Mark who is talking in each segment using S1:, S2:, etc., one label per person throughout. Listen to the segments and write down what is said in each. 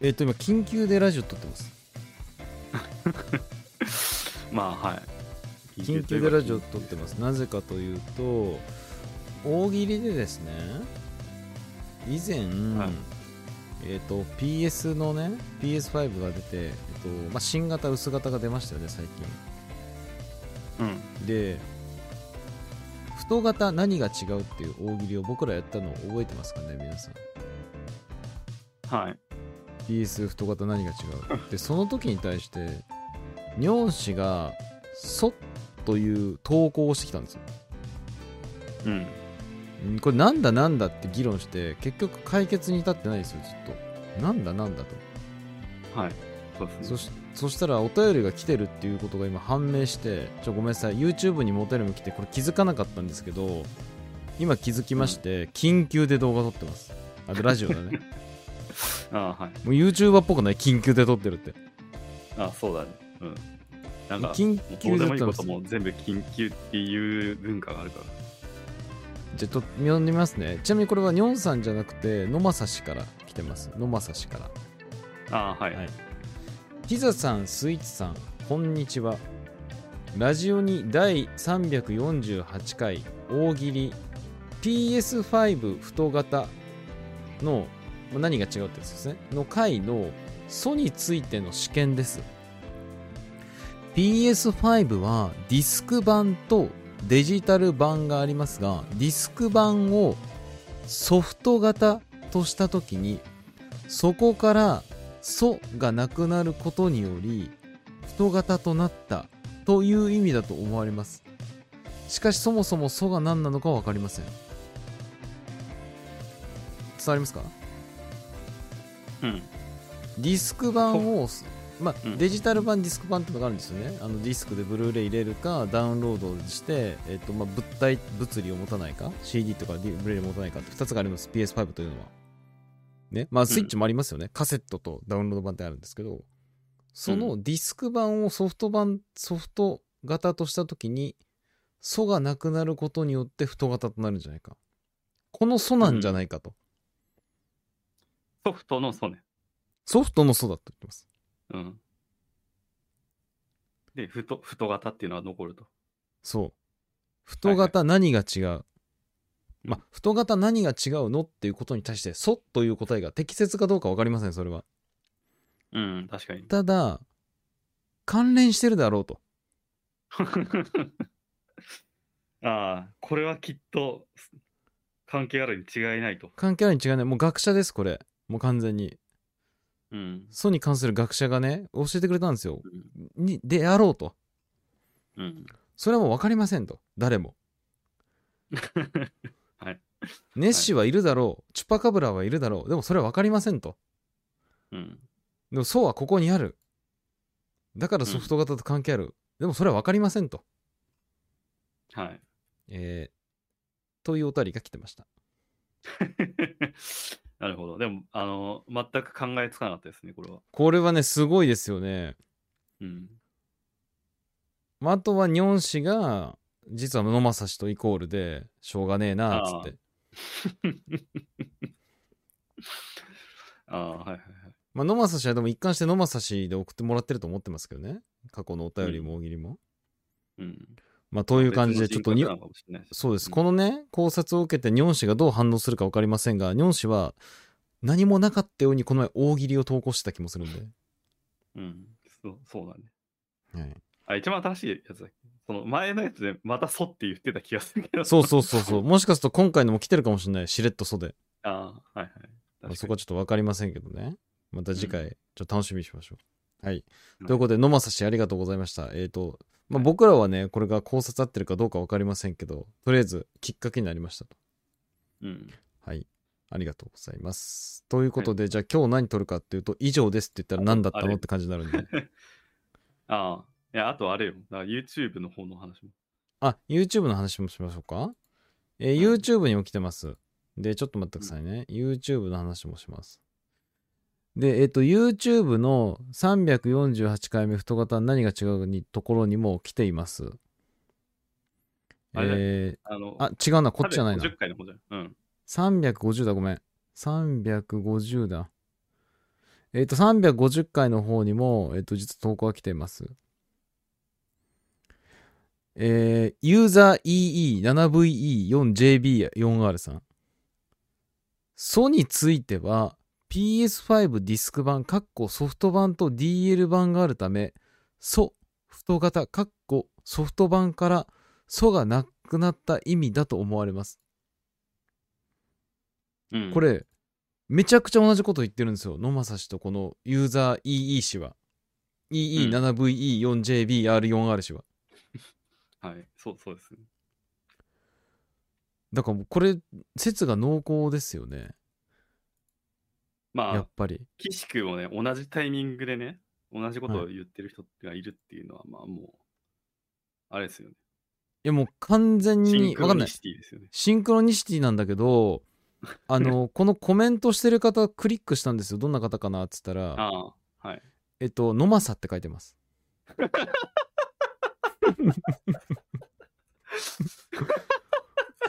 S1: えっ、と今緊急でラジオ撮ってます
S2: まあはい
S1: 緊急でラジオ撮ってますなぜかというと大喜利でですね以前、
S2: はい
S1: えっ、と PS のね PS5 が出て、えっとまあ、新型薄型が出ましたよね最近
S2: うん
S1: で太型何が違うっていう大喜利を僕らやったのを覚えてますかね皆さん
S2: はい
S1: PS 太型何が違うでその時に対してニョン氏が「そ」という投稿をしてきたんですよ
S2: うん
S1: うんこれなんだなんだって議論して結局解決に至ってないんですよずっとなんだなんだと
S2: はいそうです
S1: そ
S2: ね
S1: しそしたらお便りが来てるっていうことが今判明してちょごめんなさい YouTube にもお便りも来てこれ気づかなかったんですけど今気づきまして緊急で動画撮ってますあでラジオだ ね
S2: あはい
S1: もう YouTuber っぽくない緊急で撮ってるって
S2: あそうだねうんなんか
S1: 緊
S2: もうど
S1: 急
S2: うで
S1: で
S2: もいい
S1: 撮
S2: こ
S1: って
S2: と
S1: ま
S2: も全部緊急っていう文化があるか
S1: すじゃあと読んでみますねちなみにこれはニョンさんじゃなくて野正氏から来てます野正氏から
S2: らあはい、
S1: はいピザさん、スイーツさん、こんにちは。ラジオに第348回大喜利 PS5 太型のまあ何が違うってやつですね。の回のソについての試験です。PS5 はディスク版とデジタル版がありますが、ディスク版をソフト型としたときに、そこからソがなくなることにより太型となったという意味だと思われますしかしそもそもソが何なのか分かりません伝わりますか
S2: うん
S1: ディスク版を、まあ
S2: うん
S1: デジタル版ディスク版ってのがあるんですよねあのディスクでブルーレイ入れるかダウンロードして、えっとまあ、物体物理を持たないか CD とかディブルーレイを持たないかって2つがあります PS5 というのはねまあスイッチもありますよね、カセットとダウンロード版ってあるんですけどそのディスク版をソフト版ソフト型とした時に素がなくなることによって太型となるんじゃないかこの素なんじゃないかと、
S2: ソフトのそうね
S1: ソフトの素だと言ってます
S2: うんで太太型っていうのは残ると
S1: そう。太型何が違う、まあ、太型何が違うのっていうことに対して、そという答えが適切かどうか分かりません、それは。
S2: うん確かに
S1: ただ、関連してるだろうと。
S2: ああこれはきっと関係あるに違いないと
S1: 関係あるに違いない。もう学者です、これ。もう完全に。
S2: うん
S1: ソに関する学者がね、教えてくれたんですよ
S2: う。ん
S1: に、であろうと。
S2: うん
S1: それはもう分かりませんと。誰も。
S2: はい
S1: ネッシーはいるだろう。チュパカブラはいるだろう。でもそれは分かりませんと。
S2: うん
S1: でも、そうはここにある。だからソフト型と関係ある。でも、それは分かりませんと。
S2: はい
S1: えーというお便りが来てました。
S2: なるほど。でも、あの、全く考えつかなかったですね、これは。
S1: これはね、すごいですよね。
S2: うん。
S1: まあ、あとは、日本氏が、実は野正氏とイコールで、しょうがねえな、つって。
S2: ああ、はいはいはい。
S1: まあ、野正氏はでも一貫して野正氏で送ってもらってると思ってますけどね。過去のお便りも大喜利も。
S2: うん。
S1: まあ、という感じで、ちょっとに
S2: 別の人格な、のかもしれないです
S1: そうです。
S2: ん
S1: このね、考察を受けて、日本氏がどう反応するか分かりませんが、日本氏は、何もなかったように、この前、大喜利を投稿してた気もするんで。
S2: うん。そう、そうだね。
S1: はい、
S2: あ、一番新しいやつだっけその前のやつで、またそって言ってた気がするけど。
S1: そうそうそうそう。もしかすると、今回のも来てるかもしれない。しれっと袖。
S2: ああ、はいはい。
S1: まあ、
S2: 確
S1: そ
S2: か
S1: こ
S2: に
S1: はちょっと分かりませんけどね。また次回、ちょっと楽しみにしましょう。はい。
S2: うん
S1: ということで、野正氏ありがとうございました。えっ、と、まあ、僕らはね、これが考察合ってるかどうか分かりませんけど、とりあえずきっかけになりましたと。
S2: うん。
S1: はい。ありがとうございます。ということで、じゃあ今日何撮るかっていうと、以上ですって言ったら何だった
S2: あ
S1: の
S2: れ
S1: って感じになるんで。
S2: ああ、いや、あとあれよ。だから YouTube の方の話も。
S1: あ、YouTube の話もしましょうか。えー
S2: うん
S1: YouTube にも来てます。で、ちょっと待ってくださいね。YouTube の話もします。で、えっ、と、YouTube の348回目太型何が違うにところにも来ています。
S2: あれだ
S1: え
S2: あの、
S1: ー、あ、違うな、こっちじゃないな。
S2: 50回の方じゃん。うん。
S1: 350だ、ごめん。350だ。えっ、と、350回の方にも、えっ、と、実は投稿が来ています。えー、ユーザー EE7VE4JB4R さん。ソについては PS5 ディスク版、かっこソフト版と DL 版があるため、ソ、太型、かっこソフト版からソがなくなった意味だと思われます。
S2: うん、
S1: これ、めちゃくちゃ同じこと言ってるんですよ。野正氏とこのユーザー EE 氏は。EE7VE4JBR4R 氏は。
S2: はいそうそうですね
S1: だからもうこれ、説が濃厚ですよね。
S2: ま
S1: や
S2: あ
S1: っぱり。
S2: 岸君もね同じタイミングでね同じことを言ってる人がいるっていうのは、まあもうあれですよね
S1: いやもう完全
S2: シ
S1: に、
S2: ンク
S1: わか
S2: ロ
S1: んな
S2: ニ
S1: い。
S2: シティですよね
S1: シンクロニシティなんだけ ど、あの、このコメントしてる方クリックしたんですよ。どんな方かなって言ったら、
S2: ああはい
S1: えっと、野正って書いて ます。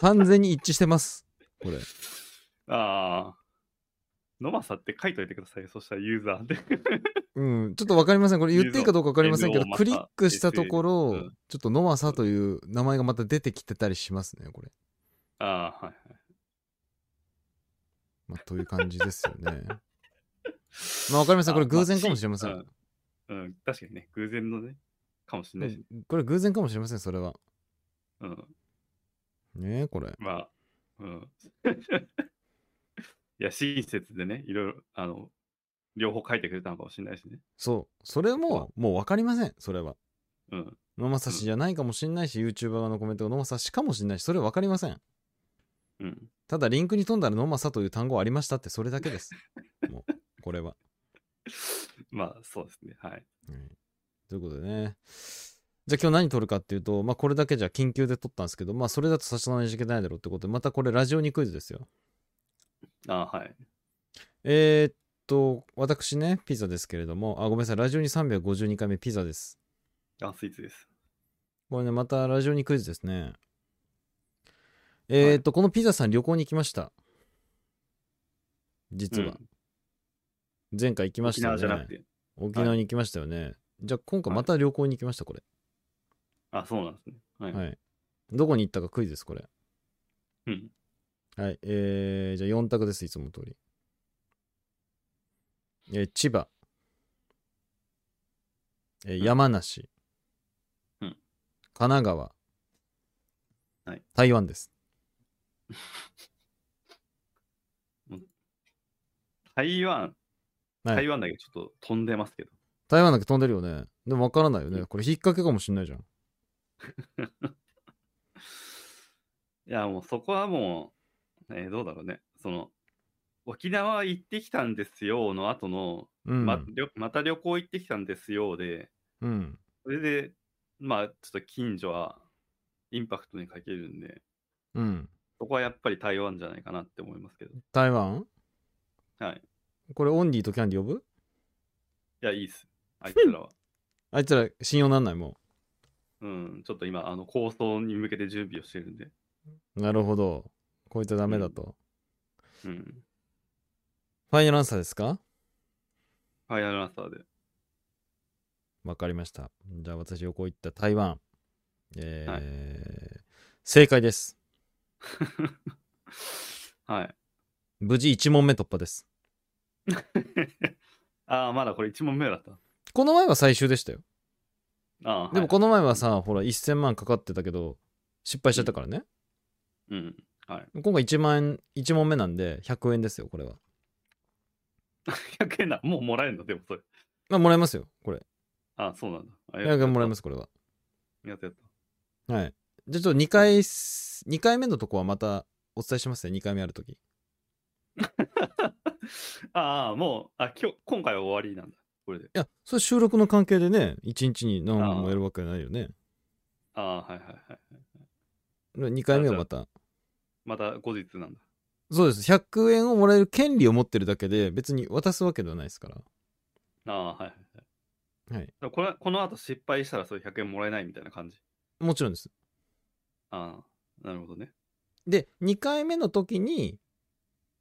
S1: 完全に一致してます。これ。
S2: ああノマサって書いといてくださいそしたらユーザーで
S1: うん、ちょっとわかりません。これ言っていいかどうかわかりませんけど
S2: ユー、ザー
S1: クリックしたところ、
S2: うん
S1: ちょっと野正という名前がまた出てきてたりしますね、これ。
S2: ああはいはい
S1: まあ、という感じですよ ね。まあ、わかりません。これ偶然かもしれません。
S2: うん、うん確かにね偶然のねかもしれないし、
S1: うんこれ偶然かもしれません、それは。
S2: うん
S1: ねえ、これ。
S2: まあうん いや親切でねいろいろあの両方書いてくれたのかもしれないしね
S1: そう。それも、もうわかりません、それは。
S2: うん
S1: 野正氏じゃないかもしれないし、YouTuber 側のコメントが野正氏かもしれないし、それはわかりません。
S2: うん
S1: ただ、リンクに飛んだら野正という単語ありましたって、それだけです。もう、これは。
S2: まあそうですねはい
S1: うんということでね。じゃあ今日何撮るかっていうと、まあこれだけじゃ緊急で撮ったんですけど、まあそれだと差し止めにいけないだろうってことで、またこれラジオにクイズですよ。
S2: ああはい
S1: えー、っと、私ね、ピザですけれども、あ、ごめんなさい、ラジオに352回目ピザです。
S2: あスイーツです
S1: これね、またラジオにクイズですね。えー、っと、このピザさん旅行に行きました。実は。
S2: うん
S1: 前回行きまし
S2: 沖
S1: たよ
S2: 縄
S1: ね。
S2: じゃなくて
S1: 沖縄に行きましたよね。じゃあ今回また旅行に行きました、これ。
S2: あそうなんですねはい、
S1: はい。どこに行ったかクイズです、これ。
S2: うん
S1: はい、えー、じゃあ4択です、いつもの通り。えー千葉。えー
S2: うん
S1: 山梨。
S2: うん
S1: 神奈川。
S2: はい
S1: 台湾です。
S2: 台湾
S1: はい
S2: 台湾だけちょっと飛んでますけど、
S1: 台湾だけ飛んでるよね。でも分からないよね。
S2: うん
S1: これ引っ掛けかもしんないじゃん。
S2: いや、もうそこはもう、えーどうだろうね。その、沖縄行ってきたんですよの後の、
S1: うん。
S2: ま旅また旅行行ってきたんですよで、
S1: うん。
S2: それで、まあ、ちょっと近所はインパクトに欠けるんで、
S1: うん。
S2: そこはやっぱり台湾じゃないかなって思いますけど。
S1: 台湾
S2: はい。
S1: これオンリーとキャンディ呼ぶ
S2: いや、いいっす。あいつらは。
S1: あいつら信用なんないも
S2: うん、ちょっと今、あの、構想に向けて準備をしてるんで。
S1: ん。なるほど。こういったダメだと。
S2: うん。
S1: ファイナルアンサーですか
S2: ファイナルアンサーで。
S1: わかりました。じゃあ私横行った台湾。えー
S2: はい
S1: 正解です。
S2: はい。
S1: 無事1問目突破です。
S2: ああ、まだこれ1問目だった。
S1: この前は最終でしたよ。
S2: ああ、
S1: でも
S2: はい
S1: この前はさ、ほら1000万かかってたけど、失敗しちゃったからね。
S2: うん。
S1: 今回1万円、1問目なんで100円ですよ、これは。
S2: 100円だ。もうもらえるのでもそれ。
S1: まあ、もらえますよ、これ。
S2: あ、そうなんだ。あ。
S1: 100円もらえますす、これは。
S2: やったやった。
S1: はい。じゃあちょっと2回す、2回目のとこはまたお伝えしますね、2回目あるとき。
S2: ああ、もう、あ、今日、今回は終わりなんだ。これで。
S1: いや、それ収録の関係でね、1日に何問もやるわけないよね。
S2: ああ、はいはいはい。
S1: 2回目はまた
S2: また後日なんだ。
S1: そうです。100円をもらえる権利を持ってるだけで、別に渡すわけではないですから。
S2: ああ、はいはいはい。
S1: はい
S2: だからこれこの後失敗したらそれ100円もらえないみたいな感じ。
S1: もちろんです。
S2: ああ、なるほどね。
S1: で、2回目の時に、
S2: うん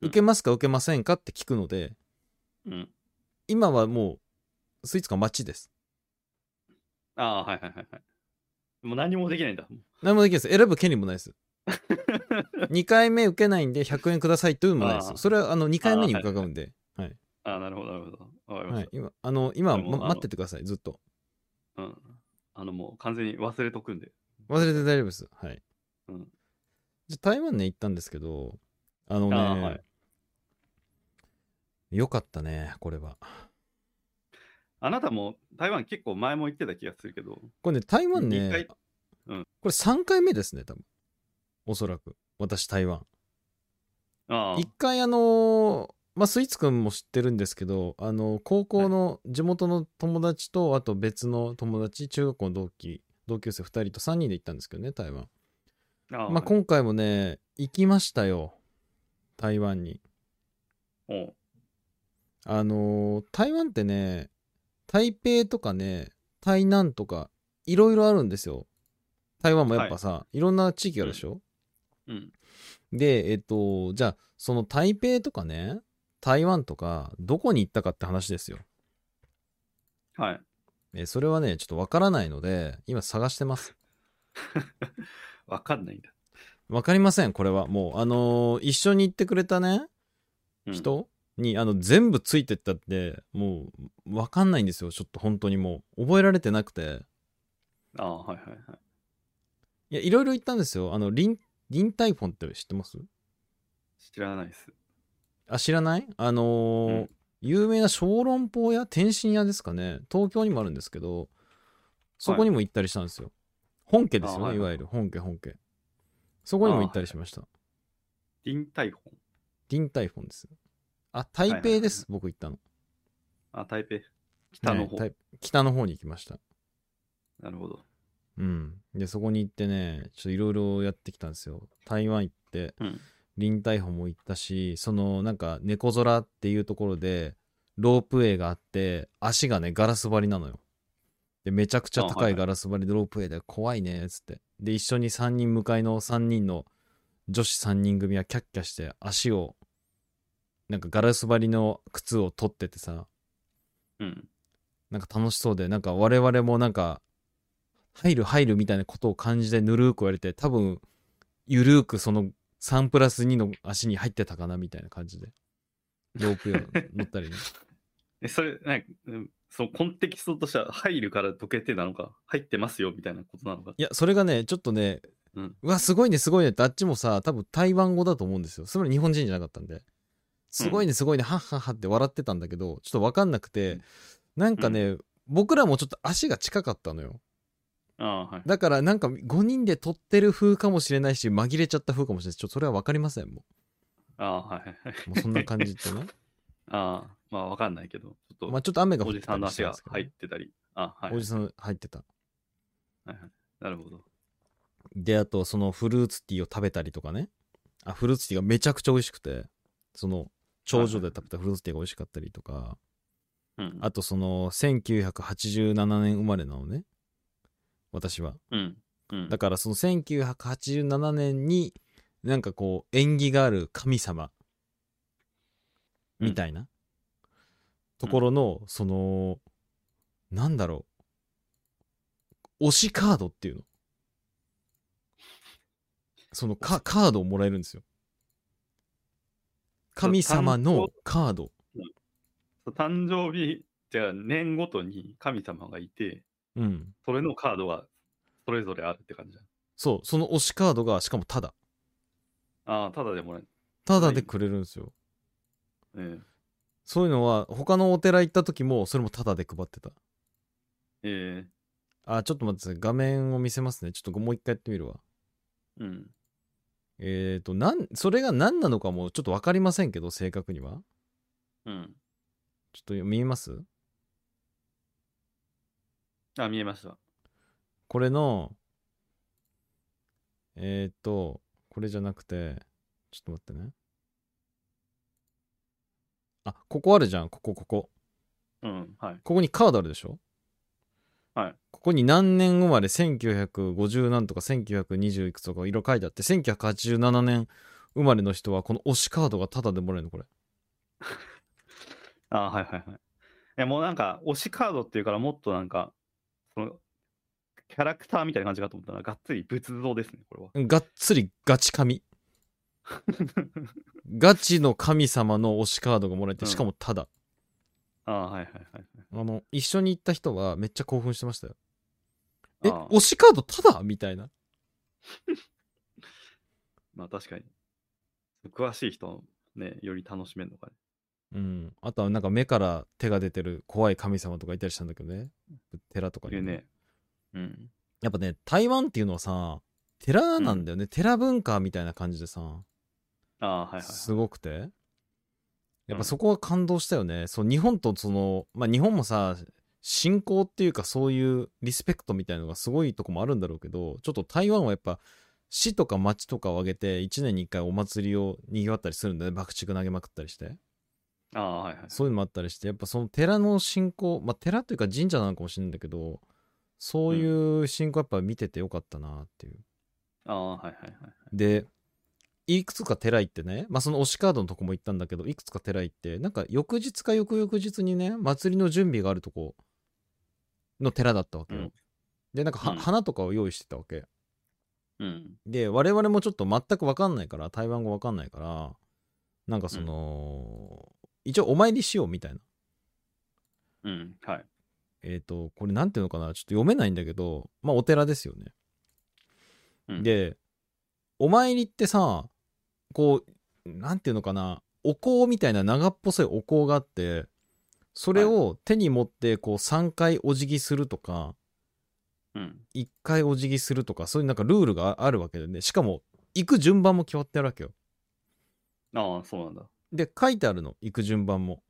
S1: 受けますか受けませんかって聞くので、
S2: うん。
S1: 今はもう、スイーツが街です。
S2: ああー、はいはいはいはい。もう何もできないんだ。
S1: 何もできないです。選ぶ権利もない です。2回目受けないんで100円くださいというのもないです
S2: あ
S1: よ。
S2: ー
S1: それはあの2回目に伺うんで。はい。
S2: ああ、なるほど、なるほど。わかりま
S1: は
S2: し
S1: い、今、あの、今は、
S2: でも
S1: ま
S2: あの
S1: 待っててください、ずっと。
S2: た。うん。あの、もう完全に忘れとくんで。
S1: 忘れて大丈夫です。はい。
S2: うん
S1: じゃあ台湾ね、行ったんですけど、あのね、
S2: あーはい
S1: よかったね、これは。
S2: あなたも台湾結構前も行ってた気がするけど。
S1: これね、台湾
S2: 二
S1: ね
S2: 回、うん
S1: これ3回目ですね、多分。おそらく。私、台湾。
S2: ああ。
S1: 一回あのーまあ、スイーツくんも知ってるんですけど、あの、高校の地元の友達と、あと別の友達、中学校の同期、同級生2人と3人で行ったんですけどね、台湾。
S2: ああ
S1: まあ、今回もね、行きましたよ。台湾に。
S2: おう
S1: あのー台湾ってね、台北とかね、台南とか、いろいろあるんですよ。台湾もやっぱさ、い、ろんな地域があるでしょ、
S2: うん。
S1: で、えっと、じゃあ、その台北とかね、台湾とか、どこに行ったかって話ですよ。
S2: はい。
S1: えーそれはね、ちょっとわからないので、今探してます。
S2: わかんないんだ。
S1: わかりません、これは。もう、あのー一緒に行ってくれたね、
S2: うん、
S1: 人に、あの、全部ついてったって、もう、わかんないんですよ、ちょっと本当にもう。覚えられてなくて。
S2: ああ、はいはいはい。
S1: いや、いろいろ行ったんですよ。あの、リン、リンタイフォンって知ってます
S2: 知らないです。
S1: あ、知らないあのー
S2: うん
S1: 有名な小籠包屋、天津屋ですかね。東京にもあるんですけど、そこにも行ったりしたんですよ。本家ですよね、
S2: あはい
S1: いわゆる。本家、本家。そこにも行ったりしました。
S2: 臨海本。
S1: リンタイフォンです。あ、台
S2: はいはい
S1: 北
S2: は
S1: で
S2: い
S1: す、僕行ったの。
S2: あ、台北。北の方。
S1: ね台北の方に行きました。
S2: なるほど。
S1: うん。で、そこに行ってね、ちょっといろいろやってきたんですよ。台湾行って、
S2: うん。
S1: 臨海保も行ったしそのなんか猫空っていうところでロープウェイがあって足がねガラス張りなのよでめちゃくちゃ
S2: あは
S1: 高
S2: いはいい
S1: ガラス張りでロープウェイで怖いねっつってで一緒に3人向かいの3人の女子3人組はキャッキャして足をなんかガラス張りの靴を取っててさ
S2: うん。
S1: なんか楽しそうでなんか我々もなんか入る入るみたいなことを感じでぬるーく言われて多分ゆるーくその3プラス2の足に入ってたかなみたいな感じでロープウェイ乗ったり ね
S2: え、それ、なんか、うんそのコンテキストとしては、入るから溶けてなのか、入ってますよみたいなことなのか。
S1: いやそれがねちょっとね、う
S2: うん
S1: わすごいねすごいねってあっちもさ多分台湾語だと思うんですよそれは日本人じゃなかったんですごいねすごいねはっはっはって笑ってたんだけどちょっと分かんなくてなんかね、僕らもちょっと足が近かったのよ
S2: ああ、はい。
S1: だからなんか5人で撮ってる風かもしれないし紛れちゃった風かもしれないしちょっとそれは分かりませんも
S2: ああ、はいはいはい。
S1: うもうそんな感じで ね
S2: ああ、まあわかんないけど、ちょっ
S1: まあ
S2: と、
S1: ちょっと雨が降
S2: お
S1: って
S2: じさ
S1: た
S2: んの
S1: りし
S2: 足
S1: たん
S2: が
S1: ですけど
S2: 入っ
S1: ね、
S2: てたり。あはい
S1: お。じさん入ってた
S2: なるほど。
S1: であとそのフルーツティーを食べたりとかねあフルーツティーがめちゃくちゃ美味しくてその頂上で食べたフルーツティーが美味しかったりとか
S2: うん。
S1: あとその1987年生まれなのね私は
S2: うん。うん。
S1: だからその1987年になんかこう縁起がある神様
S2: うん
S1: みたいなところのそのなんだろう推しカードっていうのそのカカードをもらえるんですよ神様のカード
S2: 誕生日、じゃあ年ごとに神様がいて、
S1: うん
S2: それのカードがそれぞれあるって感じだ。
S1: そうその推しカードがしかもタダ
S2: ああ、ただでもらえ
S1: タダでくれるんですよ
S2: る。
S1: そういうのは他のお寺行った時もそれもタダで配ってた
S2: えええ
S1: あ、ちょっと待ってください。画面を見せますね。ちょっともう一回やってみるわ。
S2: えうん。
S1: えーと、なん、それが何なのかもちょっとわかりませんけど、正確には。
S2: うん。
S1: ちょっと見えます
S2: あ、見えました。
S1: これの、えーと、これじゃなくて、ちょっと待ってね。あ、ここあるじゃん。ここ、ここ。
S2: うん。はい。
S1: ここにカードあるでしょ
S2: はい。
S1: ここに何年生まれ、1950何とか1920いくつとか色々書いてあって、1987年生まれの人はこの推しカードがタダでもらえるの、これ。
S2: ああ、はいはいはい。や、もうなんか、推しカードっていうから、もっとなんか、その、キャラクターみたいな感じかと思ったら、がっつり仏像ですね、これは。
S1: がっつりガチ神。ガチの神様の推しカードがもらえて、
S2: うん
S1: しかもただ。
S2: ああ、はいはいはい。
S1: あの、一緒に行った人はめっちゃ興奮してましたよ。え、
S2: ああ
S1: 推しカードただみたいな。
S2: まあ確かに。詳しい人はね、より楽しめるのかね。
S1: うん。あとはなんか目から手が出てる怖い神様とかいたりしたんだけどね。寺とか
S2: い
S1: に
S2: うね。うん。
S1: やっぱね、台湾っていうのはさ、寺なんだよね。寺文化みたいな感じでさ、
S2: ああ、はいはいはい。
S1: すごくて。やっ
S2: うん
S1: ぱそこは感動したよね。そう、日本とその、まあ日本もさ、信仰っていうかそういうリスペクトみたいのがすごいとこもあるんだろうけど、ちょっと台湾はやっぱ市とか町とかを挙げて1年に1回お祭りを賑わったりするんだよね。爆竹投げまくったりして。
S2: ああ、はいはい。
S1: そういうのもあったりして、やっぱその寺の信仰、まあ寺というか神社なのかもしれないんだけど、そういう信仰やっぱ見ててよかったなっていう。
S2: ああ、はいはいはい。
S1: でいくつか寺行ってね、まあ、その推しカードのとこも行ったんだけどいくつか寺行ってなんか翌日か翌々日にね祭りの準備があるとこの寺だったわけよ、
S2: うん
S1: でなんかは、
S2: うん
S1: 花とかを用意してたわけ
S2: うん。
S1: で我々もちょっと全く分かんないから台湾語分かんないからなんかその、一応お参りしようみたいな
S2: うん。はい。
S1: えっ、とこれなんていうのかなちょっと読めないんだけどまあお寺ですよね
S2: うん、
S1: でお参りってさこうなんていうのかなお香みたいな長っぽそいお香があってそれを手に持ってこう3回お辞儀するとか
S2: うん。
S1: 1回お辞儀するとかそういうなんかルールがああるわけでねしかも行く順番も決まってあるわけよ
S2: ああ、そうなんだ。
S1: で書いてあるの行く順番も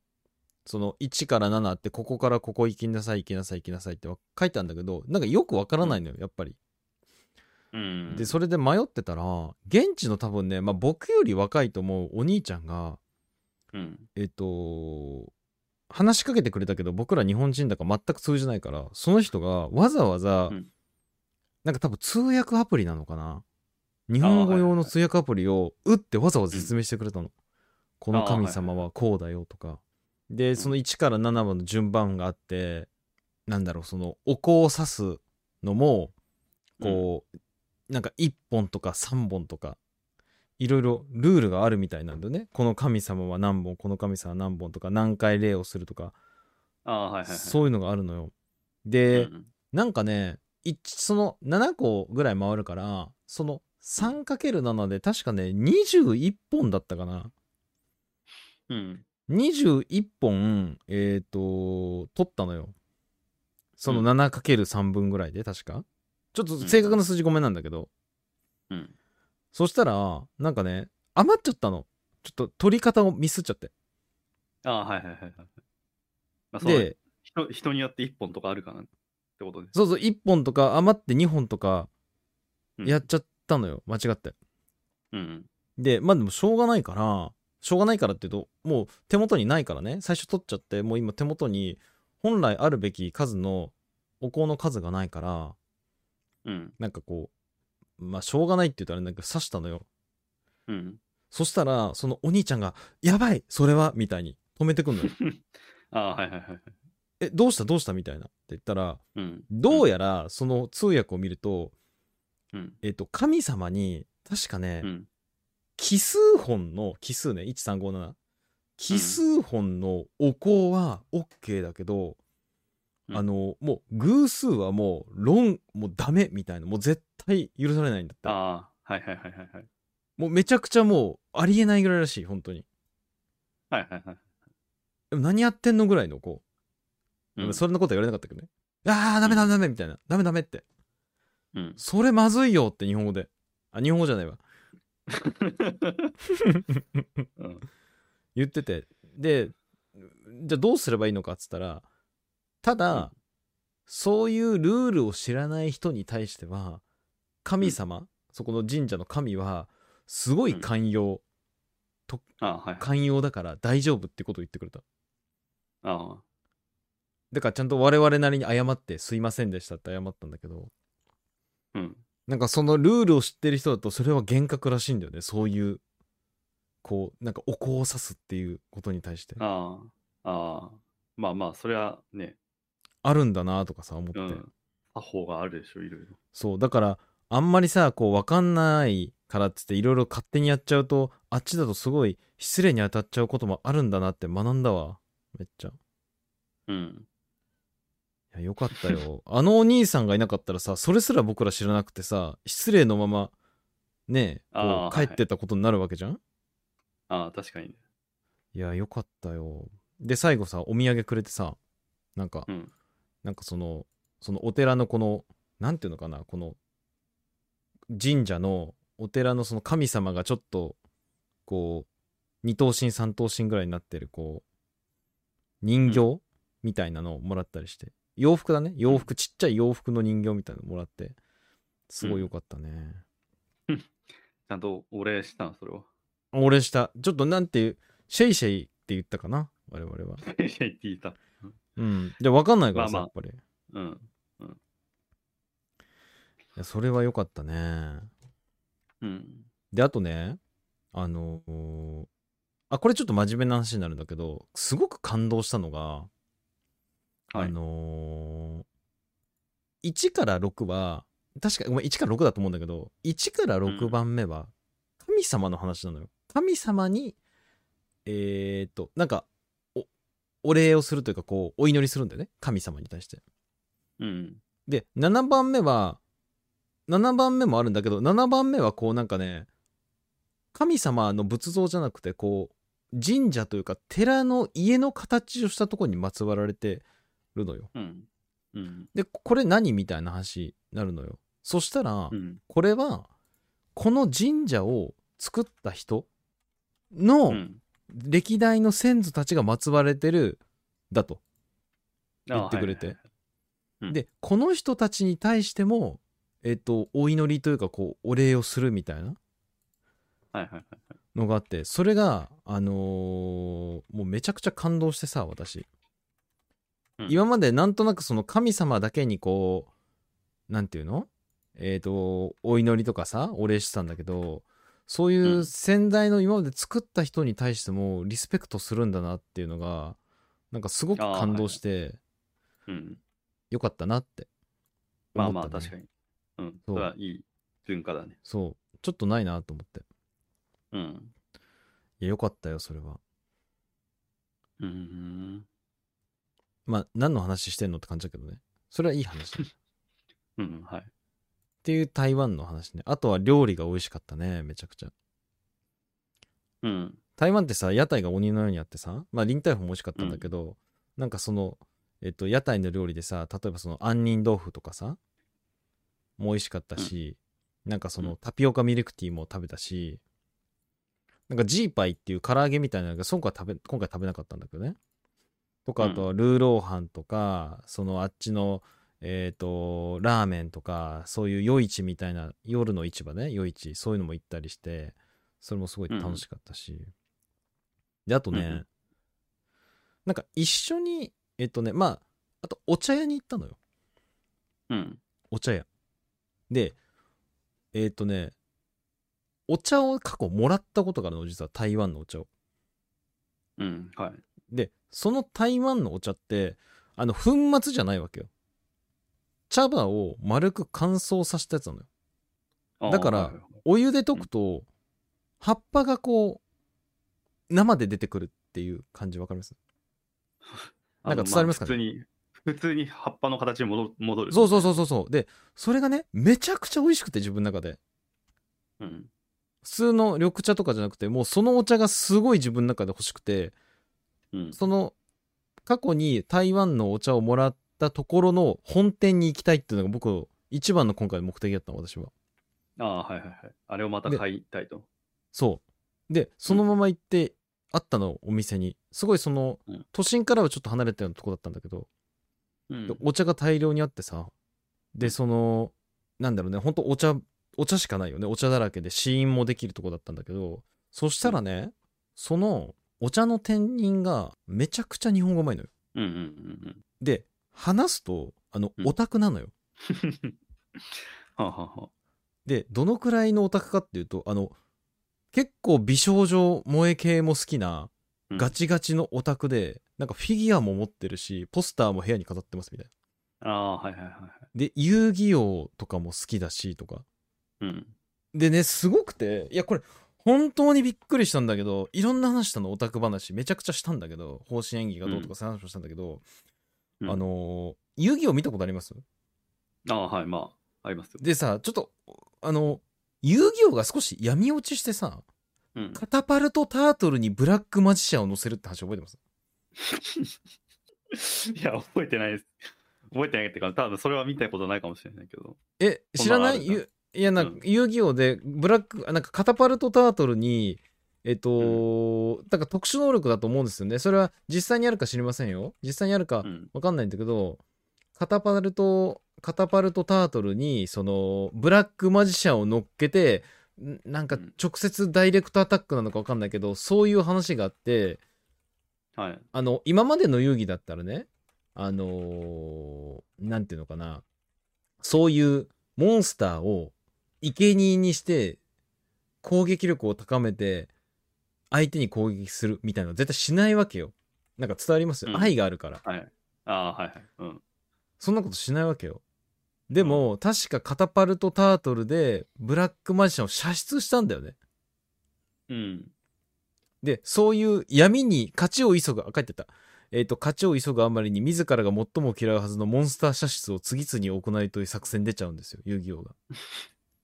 S1: その1から7ってここからここ行きなさい行きなさい行きなさいってわ書いてあるんだけどなんかよくわからないのよやっぱり
S2: うん。
S1: でそれで迷ってたら現地の多分ね、まあ、僕より若いと思うお兄ちゃんが
S2: うん。
S1: えっと話しかけてくれたけど僕ら日本人だから全く通じないからその人がわざわざ、
S2: うん
S1: なんか多分通訳アプリなのかな日本語用の通訳アプリを打ってわざわざ説明してくれたの、この神様はこうだよとかでその1から7番の順番があってなんだろうそのお香を刺すのもこう、なんか1本とか3本とかいろいろルールがあるみたいなんだよねこの神様は何本この神様は何本とか何回礼をするとか、
S2: ああ、はいはいはい。
S1: そういうのがあるのよ
S2: う
S1: で、
S2: ん
S1: なんかね一その7個ぐらい回るからその 3×7 で確かね21本だったかな
S2: うん。
S1: 21本えっ、と取ったのよその 7×3 分ぐらいで確かちょっと正確な数字ごめんなんだけど、
S2: うん。
S1: そしたら、なんかね、余っちゃったの。ちょっと取り方をミスっちゃって。
S2: ああ、はいはいはいはい。まあ、そう
S1: で、
S2: 人人によって1本とかあるかなってことです。
S1: そうそう、1本とか余って2本とか
S2: うん
S1: やっちゃったのよ。間違って。
S2: うん。
S1: で、まあでもしょうがないから、しょうがないからっていうと、もう手元にないからね、最初取っちゃって、もう今手元に本来あるべき数のお香の数がないから、
S2: うん。
S1: なんかこう、まあしょうがないって言うとあれなんだけど、刺したのよ。
S2: うん。
S1: そしたら、そのお兄ちゃんが、やばいそれはみたいに止めてくんのよ。
S2: ああ、はいはいはいはい。
S1: え、どうしたどうしたみたいな。って言ったら、
S2: うん。
S1: どうやらその通訳を見ると、
S2: うん。
S1: えっと、神様に確かね、
S2: うん。
S1: 奇数本の奇数ね1357奇数本のお香は OK だけど、
S2: うん
S1: あのもう偶数はもう論もうダメみたいなもう絶対許されないんだって
S2: ああ、はいはいはいはいはい。
S1: もうめちゃくちゃもうありえないぐらいらしい本当に
S2: はいはいはい。
S1: でも何やってんのぐらいのこう、
S2: うん、
S1: それのことは言われなかったけどねああダメダメダメみたいなダメダメって
S2: うん。
S1: それまずいよって日本語であ日本語じゃないわ
S2: うん
S1: 言っててでじゃあどうすればいいのかっつったらただ、
S2: うん
S1: そういうルールを知らない人に対しては神様、そこの神社の神はすごい寛容、
S2: ああ、はいはい。
S1: 寛容だから大丈夫ってことを言ってくれた
S2: あ
S1: だからちゃんと我々なりに謝って「すいませんでした」って謝ったんだけど
S2: あ、うん。
S1: なんかそのルールを知ってる人だとそれは厳格らしいんだよねそういうこうなんかお香を刺すっていうことに対して
S2: ああ、ああ、まあまあ、それはね、
S1: あるんだなとかさ思って、
S2: うん。作法があるでしょ、いろいろ。
S1: そうだからあんまりさこう分かんないからっつっていろいろ勝手にやっちゃうとあっちだとすごい失礼に当たっちゃうこともあるんだなって学んだわめっちゃい
S2: うん。
S1: やよかった よあのお兄さんがいなかったらさそれすら僕ら知らなくてさ失礼のままねえこ
S2: あ
S1: う
S2: ー
S1: 帰ってったことになるわけじゃん、
S2: ああ、確かにね。
S1: い、やよかったよで最後さお土産くれてさなんか、
S2: うん。
S1: なんかそのそのお寺のこのなんていうのかなこの神社のお寺のその神様がちょっとこう二頭身三頭身ぐらいになってるこう人形、みたいなのをもらったりして洋服だね洋服、ちっちゃい洋服の人形みたいなのもらってすごい良かったね、
S2: ちゃんとお礼したん、それ は。
S1: 俺したちょっとなんていうシェイシェイって言ったかな我々は
S2: って言った。
S1: うんで分かんないからさ、
S2: まあまあ
S1: やっぱりい
S2: うん。
S1: やそれは良かったね
S2: うん。
S1: であとねあのーあこれちょっと真面目な話になるんだけどすごく感動したのが、
S2: は
S1: あ
S2: い。
S1: のー、1から6は確かごめん1から6だと思うんだけど1から6番目は神様の話なのよ。神様にえー、っとなんかおお礼をするというかこうお祈りするんだよね神様に対して。
S2: うん。
S1: で7番目は7番目もあるんだけど7番目はこうなんかね神様の仏像じゃなくてこう神社というか寺の家の形をしたところにまつわられてるのよ。
S2: うん。うん。
S1: でこれ何みたいな話になるのよ。そしたら
S2: うん。
S1: これはこの神社を作った人の
S2: うん
S1: 歴代の先祖たちが祀られてるだと。言ってくれ。
S2: ああはい
S1: て
S2: はいうん
S1: でこの人たちに対してもえっとお祈りというかこうお礼をするみたいな
S2: はいはいはい。
S1: のがあってそれがあのーもうめちゃくちゃ感動してさ私、
S2: うん
S1: 今までなんとなくその神様だけにこうなんていうのえっ、とお祈りとかさお礼してたんだけどそういううん先代の今まで作った人に対してもリスペクトするんだなっていうのがなんかすごく
S2: あー
S1: 感動して
S2: うん。
S1: よかったなって
S2: ま
S1: 思
S2: あ
S1: ったね、
S2: まあ、確かに。うん。
S1: そう
S2: それはいい文化だね。
S1: そうちょっとないなと思って
S2: うん。
S1: いやよかったよそれは
S2: うん。
S1: まあ何の話してんのって感じだけどねそれはいい話 だっ
S2: うん。はい。
S1: ていう台湾の話ねあとは料理が美味しかったねめちゃくちゃ
S2: うん。
S1: 台湾ってさ屋台が鬼のようにあってさまあ林台風も美味しかったんだけど、なんかそのえっと屋台の料理でさ例えばその杏仁豆腐とかさも美味しかったし、なんかそのタピオカミルクティーも食べたしなんかジーパイっていう唐揚げみたいなのがそんか食べ今回食べなかったんだけどねとか
S2: う
S1: あ
S2: ん
S1: とはルーローハンとか、そのあっちのえっ、とラーメンとかそういう夜市みたいな夜の市場ね夜市そういうのも行ったりしてそれもすごい楽しかったし、であとね、
S2: うんうん
S1: なんか一緒にえっ、とねまああとお茶屋に行ったのよ
S2: うん。
S1: お茶屋でえっ、とねお茶を過去もらったことがあるの実は台湾のお茶を
S2: うん。はい。
S1: でその台湾のお茶ってあの粉末じゃないわけよ茶葉を丸く乾燥させたやつなのよ
S2: ああ
S1: だから
S2: はいはいはい
S1: お湯で溶くと葉っぱがこう生で出てくるっていう感じわかりますなんか伝わりますかね
S2: あのあ普通に、普通に葉っぱの形に戻戻る。
S1: そうそうそうそうそうでそれがねめちゃくちゃ美味しくて自分の中で
S2: う。うん。
S1: 普通の緑茶とかじゃなくてもうそのお茶がすごい自分の中で欲しくて
S2: うん。
S1: その過去に台湾のお茶をもらったところの本店に行きたいっていうのが僕の一番の今回の目的だったの私は
S2: ああ、はいはいはい。あれをまた
S1: で
S2: 買いたいと。
S1: そうでそのまま行ってあったのお店にすごいその
S2: うん
S1: 都心からはちょっと離れたようなとこだったんだけど
S2: うん
S1: で。お茶が大量にあってさでそのなんだろうねほんとお茶お茶しかないよねお茶だらけで試飲もできるとこだったんだけどそしたらねそのお茶の店員がめちゃくちゃ日本語うまいのよ
S2: うんうんうんうん。
S1: で話すとあの
S2: うん
S1: オタクなのよ、
S2: はあ、はあはあ、
S1: でどのくらいのオタクかっていうとあの結構美少女萌え系も好きな
S2: うん
S1: ガチガチのオタクで、なんかフィギュアも持ってるし、ポスターも部屋に飾ってますみたいな。
S2: ああ、はいはいはいはい。
S1: で、遊戯王とかも好きだし、とか。
S2: うん。
S1: でね、すごくて、いや、これ、本当にびっくりしたんだけど、いろんな話したの、オタク話、めちゃくちゃしたんだけど、方針演技がどうとか、そういう話もしたんだけど、
S2: うん
S1: あのー遊戯王見たことあります
S2: ああ、はい、まあ、ありますよ。
S1: でさ、ちょっと、あの、遊戯王が少し闇落ちしてさ、
S2: うん、
S1: カタパルトタートルにブラックマジシャンを乗せるって話覚えてます
S2: いや、覚えてないです。覚えてないっていうか、多分それは見たことないかもしれないけど。
S1: え、知らな
S2: そん
S1: い
S2: なのある
S1: ゆいや、なんか、遊戯王で、ブラック、あなんか、カタパルトタートルに、えっと、なんか特殊能力だと思うんですよね。それは実際にあるか知りませんよ。実際にあるか
S2: うん。
S1: わかんないんだけど、カタパルト、カタパルトタートルに、その、ブラックマジシャンを乗っけて、んなんか
S2: うん
S1: 直接ダイレクトアタックなのかわかんないけど、そういう話があって、
S2: はい。
S1: あの、今までの遊戯だったらね、あのーなんていうのかな、そういうモンスターを生贄にして、攻撃力を高めて、相手に攻撃するみたいなの絶対しないわけよ。なんか伝わりますよ。
S2: うん
S1: 愛があるから。
S2: はい。ああ、はいはい。うん。
S1: そんなことしないわけよ。でも、確かカタパルトタートルで、ブラックマジシャンを射出したんだよね。
S2: うん。
S1: で、そういう闇に勝ちを急ぐ、あ、書いてた。えっ、と、勝ちを急ぐあまりに自らが最も嫌うはずのモンスター射出を次々行いという作戦に出ちゃうんですよ、遊戯王が。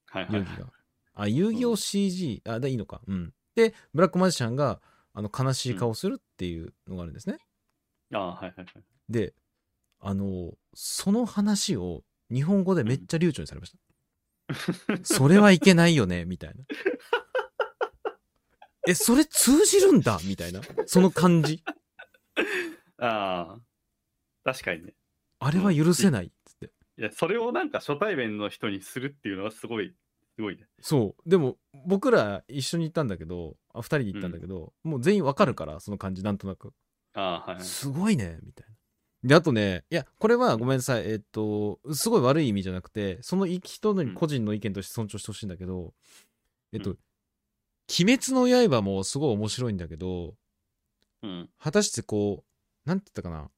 S2: はいは
S1: 遊
S2: いはい。
S1: 戯が。あ、遊戯王 CG、あ、でいいのか。うん。で、ブラックマジシャンが、あの、悲しい顔をするっていうのがあるんですね。
S2: ああ、はいはいはい。
S1: で、あの、その話を日本語でめっちゃ流暢にされました。それはいけないよね、みたいな。え、それ通じるんだみたいな。その感じ。
S2: ああ、確かにね。
S1: あれは許せないっつって。
S2: いや、それをなんか初対面の人にするっていうのはすごい、すごいね。
S1: そう。でも、僕ら一緒に行ったんだけど、あ、二人で行ったんだけど、もう全員わかるから、その感じ、なんとなく。
S2: ああ、はいはい。
S1: すごいね、みたいな。で、あとね、いや、これはごめんなさい。えっと、すごい悪い意味じゃなくて、その人の個人の意見として尊重してほしいんだけど、えっと、
S2: う
S1: 鬼滅の刃もすごい面白いんだけど、
S2: うん。
S1: 果たしてこう、なんて言ったかな。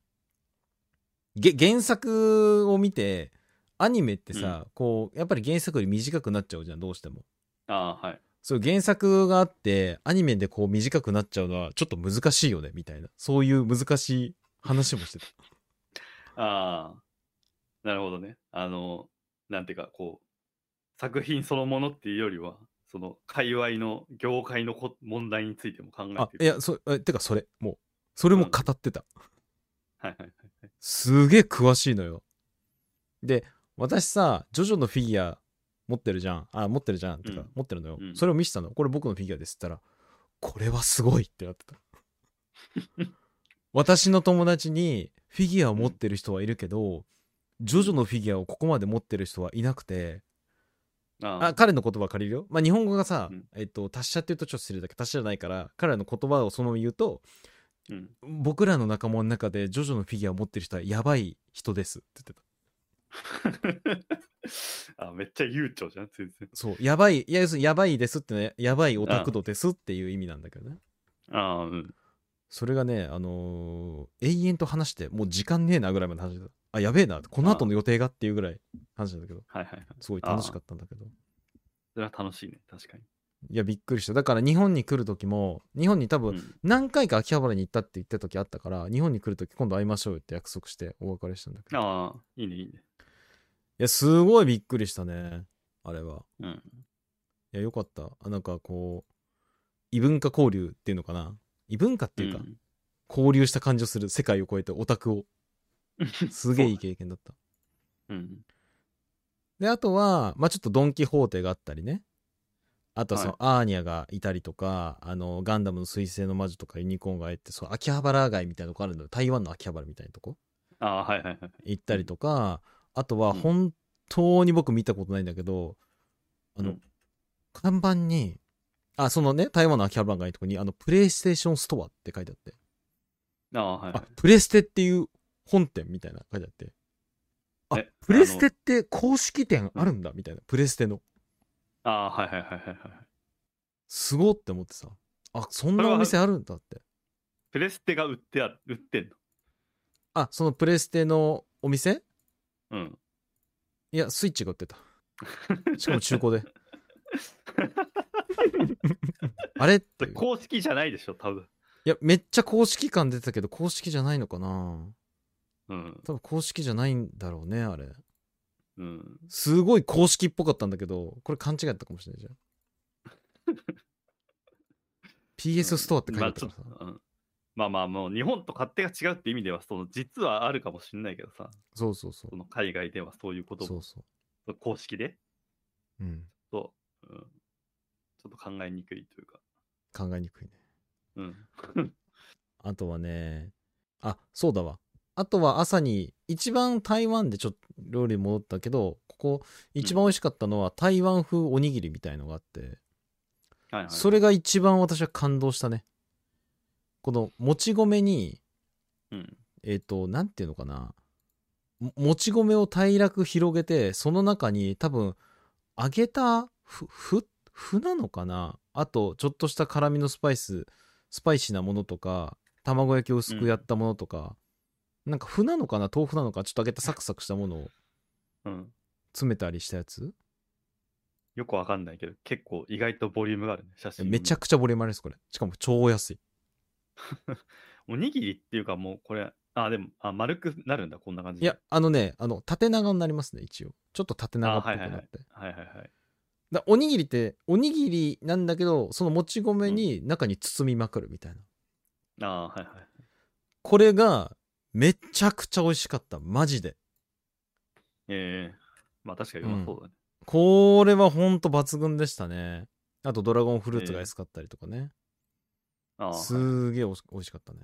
S1: げ原作を見て、アニメってさ、こう、やっぱり原作より短くなっちゃうじゃん、どうしても。
S2: ああ、はい。
S1: そう原作があってアニメでこう短くなっちゃうのはちょっと難しいよねみたいなそういう難しい話もしてた
S2: ああ、なるほどね。あの、なんていうか、こう、作品そのものっていうよりは、その、界隈の、業界のこ問題についても考
S1: あ
S2: え
S1: い
S2: てる。
S1: やそえてかそれもうそれも語ってた、
S2: はいはいはい。
S1: すげえ詳しいのよで私さジョジョのフィギュア持ってるじゃんあ持ってるじゃんとか、
S2: うん
S1: 持ってるのよ、
S2: うん
S1: それを見せたのこれ僕のフィギュアですって言ったらこれはすごいってなってた 私の友達にフィギュアを持ってる人はいるけどジョジョのフィギュアをここまで持ってる人はいなくて
S2: ああ
S1: あ彼の言葉借りるよ。まあ、日本語がさ、
S2: うん
S1: えっと、達者って言うとちょっと失礼だけど、達者じゃないから、彼らの言葉をそのまま言うと、
S2: うん。
S1: 僕らの仲間の中でジョジョのフィギュアを持ってる人はやばい人ですって言ってた。
S2: あめっちゃ悠長じゃん、全然。
S1: そう、やばい、いや、要するにやばいですってね、やばいオタク度ですっていう意味なんだけどね。
S2: ああ、うん。
S1: それがね、あのー永遠と話して、もう時間ねえなぐらいまで話してた。あ、やべえな、この後の予定がっていうぐらい話してたけど、
S2: はいはいはい。
S1: すごい楽しかったんだけど。
S2: それは楽しいね、確かに。
S1: いや、びっくりした。だから日本に来る時も、日本に多分、
S2: うん
S1: 何回か秋葉原に行ったって言った時あったから日本に来る時今度会いましょうよって約束してお別れしたんだけどい
S2: ああ、いいね、いいね。
S1: やすごいびっくりしたねあれは
S2: うん。
S1: いやよかったあなんかこう異文化交流っていうのかな異文化っていうか、
S2: ん
S1: 交流した感じをする世界を超えてオタクをすげえいい経験だった
S2: うん。
S1: であとはまあちょっとドン・キホーテがあったりねあとはその、
S2: は
S1: アーニャがいたりとかあのガンダムの彗星の魔女とかユニコーンがいてそう秋葉原街みたいなとこあるんだよ台湾の秋葉原みたいなとこ
S2: ああ、はいはいはい。
S1: 行ったりとか、あとは
S2: うん
S1: 本当に僕見たことないんだけど、あの、
S2: うん
S1: 看板に、あ、そのね、台湾の秋葉原がいいとこに、あの、プレイステーションストアって書いてあって、
S2: ああ、はい、はい
S1: あ、。プレステっていう本店みたいなの書いてあって、あ
S2: え、
S1: プレステって公式店あるんだ、みたいな、プレステの。
S2: ああ、はいはいはいはいはい。
S1: すごって思ってさ、あ、そんなお店あるんだって。
S2: プレステが売ってある、売ってんの。
S1: あ、そのプレステのお店
S2: うん。
S1: いや、スイッチが売っ てた。しかも中古で。あれって
S2: そ
S1: い
S2: れ
S1: う
S2: 公式じゃないでしょ、多分。
S1: いや、めっちゃ公式感出てたけど、公式じゃないのかな
S2: うん。
S1: 多分公式じゃないんだろうね、あれ。
S2: うん。
S1: すごい公式っぽかったんだけど、これ勘違いだったかもしれないじゃ ん。PS ストアって書いてあったからさ。
S2: まあちょっとうんまあまあ、もう日本と勝手が違うって意味では、その実はあるかもしれないけどさ、
S1: そうそうそ
S2: その海外ではそういうこ
S1: う。
S2: と
S1: そ
S2: も
S1: うそ
S2: 公式で、
S1: う。うん。
S2: そう、うん、ちょっと考えにくいというか、
S1: 考えにくいね。
S2: うん。
S1: あとはね、あ、そうだわ。あとは朝に、一番台湾でちょっと料理戻ったけど、ここ、一番美味しかったのは台湾風おにぎりみたいのがあって、
S2: はいはい。
S1: それが一番私は感動したね。この、もち米に、
S2: うん。
S1: えっ、と、なんていうのかな。ももち米を平らく広げて、その中に多分、揚げたふ、ふ、ふなのかなあと、ちょっとした辛みのスパイス、スパイシーなものとか、卵焼きを薄くやったものとか、なんかふなのかな豆腐なのかちょっと揚げたサクサクしたものを
S2: うん。
S1: 詰めたりしたやつ
S2: よくわかんないけど、結構意外とボリュームがあるね、写真。
S1: めちゃくちゃボリュームありです、これ。しかも超安い。
S2: おにぎりっていうかもうこれ、あ、でも、あ、丸くなるんだ、こんな感じ
S1: い
S2: で。
S1: や、あのね、あの、縦長になりますね、一応。ちょっと縦長っぽくなって。
S2: あはいはいはい。
S1: だおにぎりっておにぎりなんだけどそのもち米に中に包みまくるみたいな、
S2: あーはいはい。
S1: これがめちゃくちゃ美味しかったマジで
S2: ええまあ確かにうまそうだね。
S1: これはほんと抜群でしたねあとドラゴンフルーツが安かったりとかね、
S2: ああ
S1: すーげえおし美味しかったね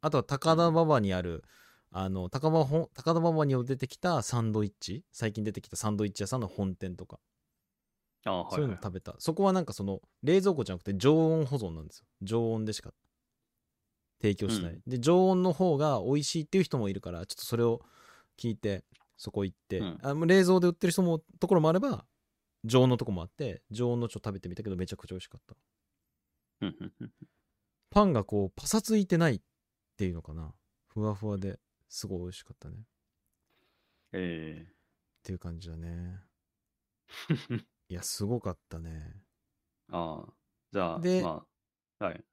S1: あとは高田馬場にあるあの高場ほん高田馬場に出てきたサンドイッチ最近出てきたサンドイッチ屋さんの本店とか、
S2: あーはい
S1: そういうの食べたそこはなんかその冷蔵庫じゃなくて常温保存なんですよ常温でしか提供しない、
S2: うん
S1: で常温の方が美味しいっていう人もいるからちょっとそれを聞いてそこ行って、
S2: うん
S1: あもう冷蔵で売ってる人もところもあれば常温のとこもあって常温のちょっと食べてみたけどめちゃくちゃ美味しかった
S2: うんうんうん
S1: パンがこうパサついてないっていうのかなふわふわですごい美味しかったねっ
S2: え
S1: ていう感じだ ね
S2: え
S1: いやすごかったね
S2: ああ。じゃあ、
S1: で
S2: まあ、はい。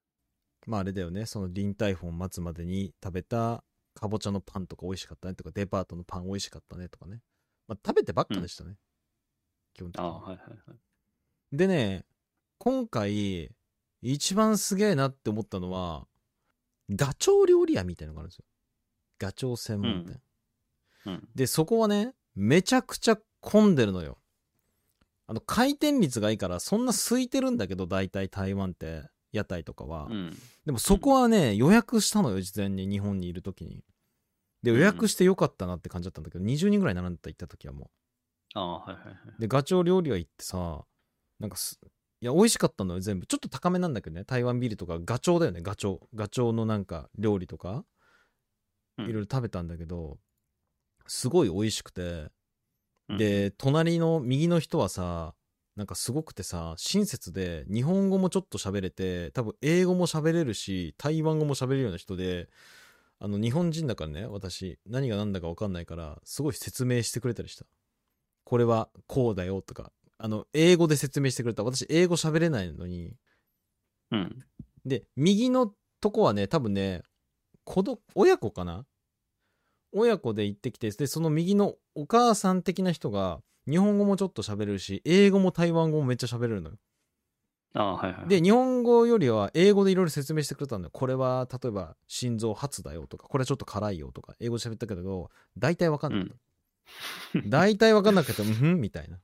S1: まああれだよね、その臨退本待つまでに食べたかぼちゃのパンとか美味しかったねとか、デパートのパン美味しかったねとかね。まあ食べてばっかでしたね。基本的
S2: あ
S1: に。
S2: あ、はいはいはい。
S1: でね、今回、一番すげえなって思ったのは、ガチョウ料理屋みたいなのがあるんですよ。ガチョウ専門店。
S2: うん。
S1: で、そこはね、めちゃくちゃ混んでるのよ。あの、回転率がいいから、そんな空いてるんだけど、大体台湾って、屋台とかは。
S2: うん。
S1: でもそこはね、予約したのよ、事前に日本にいる時に。で、
S2: うん
S1: 予
S2: うん
S1: 約してよかったなって感じだったんだけど、20人ぐらい並んでた、行った時はも
S2: ああ、はいはいはい。
S1: う。で、ガチョウ料理屋行ってさ、なんかす、いや、美味しかったのよ、全部。ちょっと高めなんだけどね、台湾ビールとか、ガチョウだよね、ガチョウ。ガチョウのなんか、料理とか、
S2: う
S1: いろい
S2: ん
S1: ろ食べたんだけど、すごい美味しくて、
S2: うん
S1: で、隣の右の人はさ、なんかすごくてさ、親切で、日本語もちょっと喋れて、多分英語も喋れるし、台湾語も喋れるような人で、あの、日本人だからね、私、何が何だか分かんないから、すごい説明してくれたりした。これはこうだよとか、あの、英語で説明してくれた。私、英語喋れないのに、
S2: うん。
S1: で、右のとこはね、多分ね、子ど、親子かな親子で行ってきて、で、その右のお母さん的な人が、日本語もちょっと喋れるし、英語も台湾語もめっちゃ喋れるのよ。
S2: ああ、はいはい。
S1: で、、日本語よりは英語でいろいろ説明してくれたんだよ。これは、例えば、心臓発だよとか、これはちょっと辛いよとか、英語で喋ったけど、大体わかんなかった。
S2: うん
S1: 大体わかんなくて、うんふんみたいな。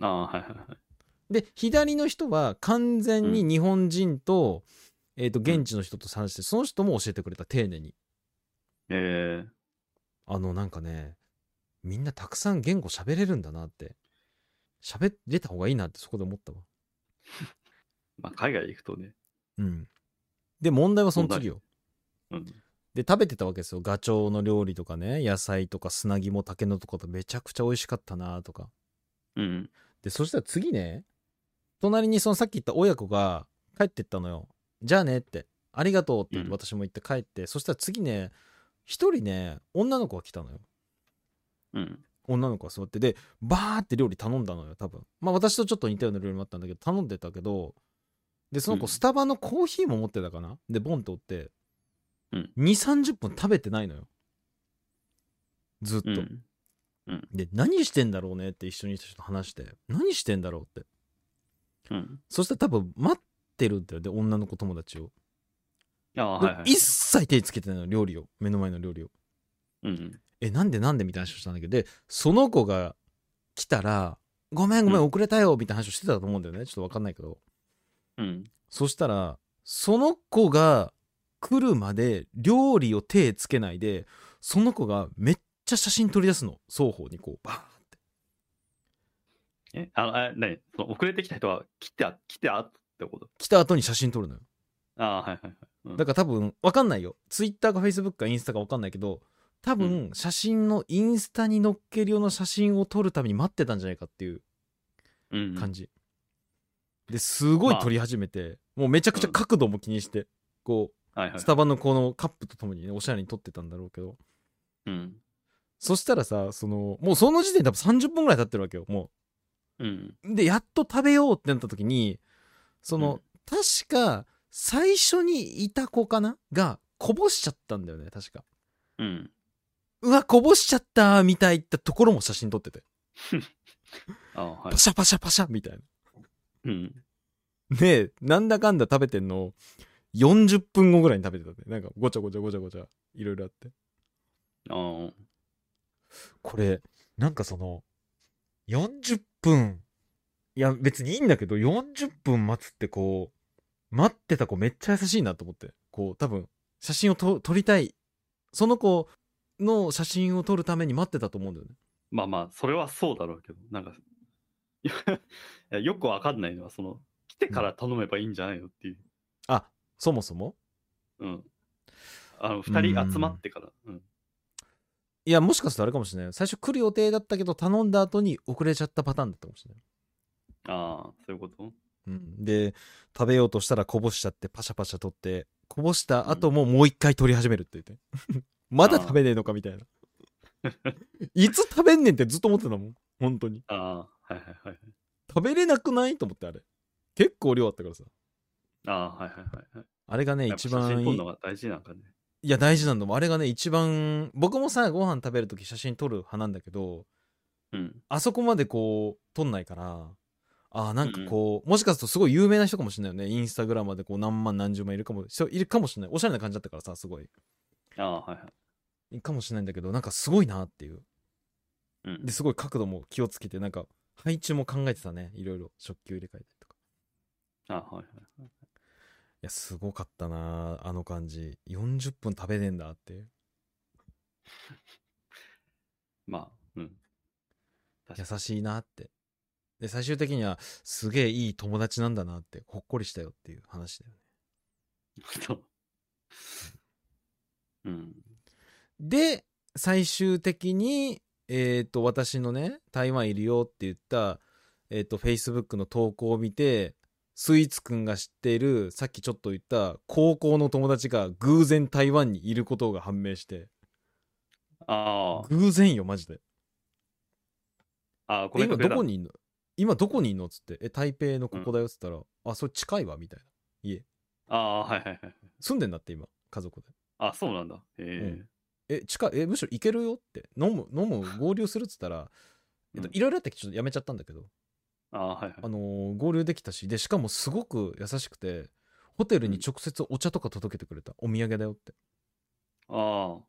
S2: ああ、はいはいはい。
S1: で左の人は完全に日本人と,、えー、と現地の人と話してその人も教えてくれた丁寧に
S2: ええ
S1: あのなんかねみんなたくさん言語喋れるんだなって喋れた方がいいなってそこで思ったわ
S2: まあ海外行くとね。
S1: うんで問題はその次よ
S2: うん。
S1: で食べてたわけですよガチョウの料理とかね野菜とか砂肝タケノとかめちゃくちゃ美味しかったなとか
S2: うん。
S1: で、そしたら次ね、隣にそのさっき言った親子が帰ってったのよ。じゃあねって。ありがとうって
S2: うん
S1: 私も言って帰って、そしたら次ね、一人ね、女の子が来たのよ。
S2: うん。
S1: 女の子が座って、で、バーって料理頼んだのよ、多分。まあ私とちょっと似たような料理もあったんだけど、頼んでたけど、で、その
S2: う
S1: 子、
S2: ん
S1: スタバのコーヒーも持ってたかなで、ボンって折って、
S2: うん
S1: 2、30分食べてないのよ。ずっと。
S2: うん。
S1: で、何してんだろうねって一緒にいた人と話して、何してんだろうって。
S2: うん。
S1: そしたら多分待ってるんだよね、女の子友達を。
S2: ああ、はい、は
S1: で
S2: い
S1: 一。切手つけてないの、料理を。目の前の料理を。
S2: うん。
S1: え、なんでなんでみたいな話をしたんだけど、で、その子が来たら、ごめんごめん、
S2: うん
S1: 遅れたよみたいな話をしてたと思うんだよね。ちょっとわかんないけど。
S2: うん。
S1: そしたら、その子が来るまで料理を手つけないで、その子がめっちゃ写真取り出すの。双方にこう、バーンって。
S2: え、あの、え、何その遅れてきた人は来てあ、来てあってこと
S1: 来た後に写真撮るのよ。
S2: ああ、はいはいはい。うん
S1: だから多分わかんないよツイッターかフェイスブックかインスタかわかんないけど多分写真のインスタに載っけるような写真を撮るために待ってたんじゃないかっていう
S2: うん。
S1: 感じ、ですごい撮り始めて、もうめちゃくちゃ角度も気にして、こ
S2: はいは
S1: う
S2: い。
S1: スタバのこのカップとともにねおしゃれに撮ってたんだろうけど
S2: うん。
S1: そしたらさそのもうその時点で多分30分ぐらい経ってるわけよも
S2: うん。
S1: うでやっと食べようってなった時にその、
S2: うん
S1: 確か最初にいた子かながこぼしちゃったんだよね確か
S2: うん。
S1: うわ、こぼしちゃったみたいってところも写真撮ってて。
S2: ああ、はい
S1: パ。シャパシャパシャみたい
S2: うん。
S1: な。で、なんだかんだ食べてんの、40分後ぐらいに食べてたね。なんか、ごちゃごちゃごちゃごちゃ、いろいろあって。
S2: ああ。
S1: これ、なんかその、40分、いや、別にいいんだけど、40分待つってこう、待ってた子めっちゃ優しいなと思って。こう、多分、写真をと撮りたい。その子の写真を撮るために待ってたと思うんだよね。
S2: まあまあ、それはそうだろうけど、なんか、いやよくわかんないのは、その、来てから頼めばいいんじゃないのっていう。
S1: あ、そもそも
S2: うん。あの、二人集まってから。うん。
S1: いや、もしかするとあれかもしれない。最初来る予定だったけど、頼んだ後に遅れちゃったパターンだったかもしれない。
S2: ああ、そういうこと
S1: うん、で、食べようとしたらこぼしちゃって、パシャパシャ取って、こぼした後ももう一回取り始めるって言って。 まだ食べねえのかみたいな。いつ食べんねんってずっと思ってたもん。本当に。
S2: ああ、はいはいはいはい。
S1: 食べれなくないと思って、あれ。結構量あったからさ。
S2: ああ、はいはいはいはい。
S1: あれがね、
S2: やっぱ
S1: 一番
S2: 写真
S1: い
S2: 撮
S1: い
S2: るのが大事なんかね。
S1: いや、大事なのも、あれがね、一番、僕もさ、ご飯食べるとき写真撮る派なんだけど、
S2: うん。
S1: あそこまでこう、撮んないから、ああ、なんかこう、もしかするとすごい有名な人かもしれないよね。インスタグラマーでこう何万何十万いるかも、人いるかもしれない。おしゃれな感じだったからさ、すごい。
S2: ああ、はいはい。
S1: いるかもしれないんだけど、なんかすごいなっていう。
S2: うん
S1: で、。すごい角度も気をつけて、なんか、配置も考えてたね。いろいろ食器を入れ替えたりとか。
S2: ああ、はいはい。
S1: いや、すごかったなあの感じ。40分食べねえんだっていう。
S2: まあ、うん。 確か
S1: 優しいなって。で、最終的には、すげえいい友達なんだなって、ほっこりしたよっていう話だよね。
S2: に。そう。うん。
S1: で最終的に、えー、と私のね台湾いるよって言った、えー、と Facebook の投稿を見てスイーツくんが知っているさっきちょっと言った高校の友達が偶然台湾にいることが判明して
S2: あ
S1: 偶然よマジで
S2: あ、ああ、コ
S1: え
S2: メント
S1: 今
S2: くれ
S1: ど
S2: た
S1: こにいんの今どこにいんのっつってえ台北のここだよっつったら、あそれ近いわみたいな家
S2: ああ、はいはいはい。
S1: 住んでんだって今家族で
S2: あそうなんだ。へえ。
S1: うんえ近いえむしろ行けるよって飲む飲む合流するっつったら、えっと
S2: うん
S1: いろいろあってちょっとやめちゃったんだけど
S2: ああ、はいはい。
S1: あのー合流できたしでしかもすごく優しくてホテルに直接お茶とか届けてくれた、お土産だよって
S2: ああ、